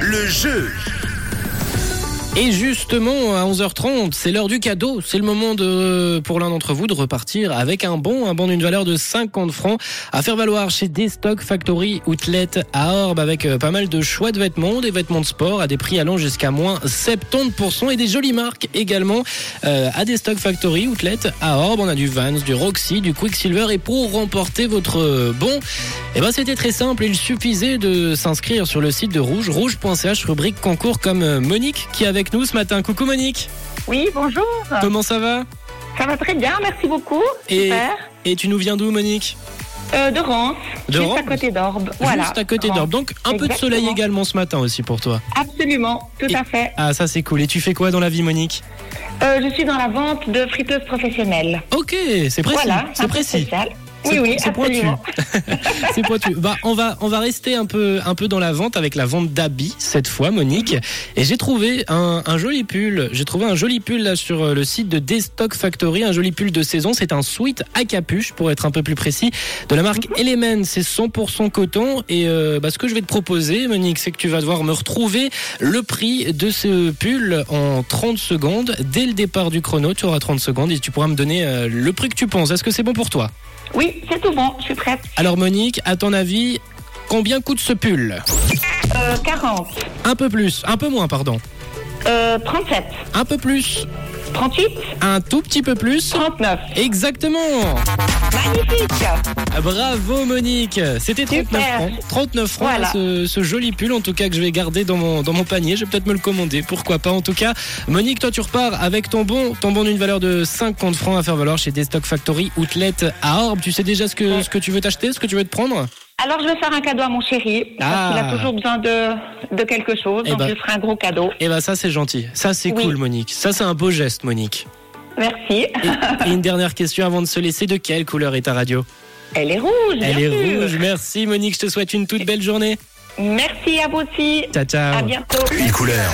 Le jeu. Et justement, à 11h30, c'est l'heure du cadeau. C'est le moment de, pour l'un d'entre vous de repartir avec un bon, un bon d'une valeur de 50 francs à faire valoir chez Destock Factory Outlet à Orbe avec euh, pas mal de choix de vêtements, des vêtements de sport à des prix allant jusqu'à moins 70% et des jolies marques également euh, à Destock Factory Outlet à Orbe. On a du Vans, du Roxy, du Quicksilver et pour remporter votre euh, bon, eh ben, c'était très simple. Il suffisait de s'inscrire sur le site de Rouge, rouge.ch, rubrique concours comme euh, Monique qui est avec nous ce matin. Coucou Monique, Oui, bonjour. comment ça va Ça va très bien, merci beaucoup. Et- Super. Et tu nous viens d'où Monique Euh, de Reims, De juste Reims à côté d'Orbe. Voilà. Juste à côté Reims. d'Orbe. Donc un peu de soleil Exactement. également ce matin aussi pour toi. Absolument, tout Et- à fait. Ah ça c'est cool. Et tu fais quoi dans la vie Monique Euh, je suis dans la vente de friteuses professionnelles. Ok, c'est précis. voilà, c'est un peu précis. spécial. Oui, C'est- oui, c'est pointu. absolument. C'est pointu. Bah, on va on va rester un peu un peu dans la vente avec la vente d'habits cette fois, Monique. Et j'ai trouvé un, un joli pull. J'ai trouvé un joli pull là sur euh, le site de Destock Factory, un joli pull de saison. C'est un sweat à capuche pour être un peu plus précis de la marque Element. C'est 100% coton. Et euh, bah, ce que je vais te proposer, Monique, c'est que tu vas devoir me retrouver le prix de ce pull en 30 secondes. Dès le départ du chrono, tu auras 30 secondes et tu pourras me donner euh, le prix que tu penses. Est-ce que c'est bon pour toi? Oui, c'est tout bon, je suis prête. Alors Monique, à ton avis, combien coûte ce pull Euh, 40, Un peu plus, un peu moins, pardon. euh, 37, Un peu plus, 38, un tout petit peu plus. 39. Exactement Magnifique. Bravo Monique C'était 39 Super. francs. 39 francs, Voilà. là, ce, ce joli pull en tout cas que je vais garder dans mon, dans mon panier. Je vais peut-être me le commander, pourquoi pas. En tout cas, Monique, toi tu repars avec ton bon, ton bon d'une valeur de 50 francs à faire valoir chez Destock Factory Outlet à Orbe. Tu sais déjà ce que, ce que tu veux t'acheter, ce que tu veux te prendre Alors, je vais faire un cadeau à mon chéri. Ah. Parce qu'il a toujours besoin de, de quelque chose. Eh donc, ben. je lui ferai un gros cadeau. Eh ben ça c'est gentil, ça c'est Oui. cool Monique, ça c'est un beau geste Monique. Merci. Et une dernière question avant de se laisser. De quelle couleur est ta radio Elle est rouge. Elle bien est sûr. rouge. Merci Monique, je te souhaite une toute belle journée. Merci à vous aussi. Ciao ciao. À bientôt. Une couleur.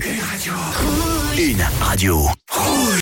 Une radio. Une radio.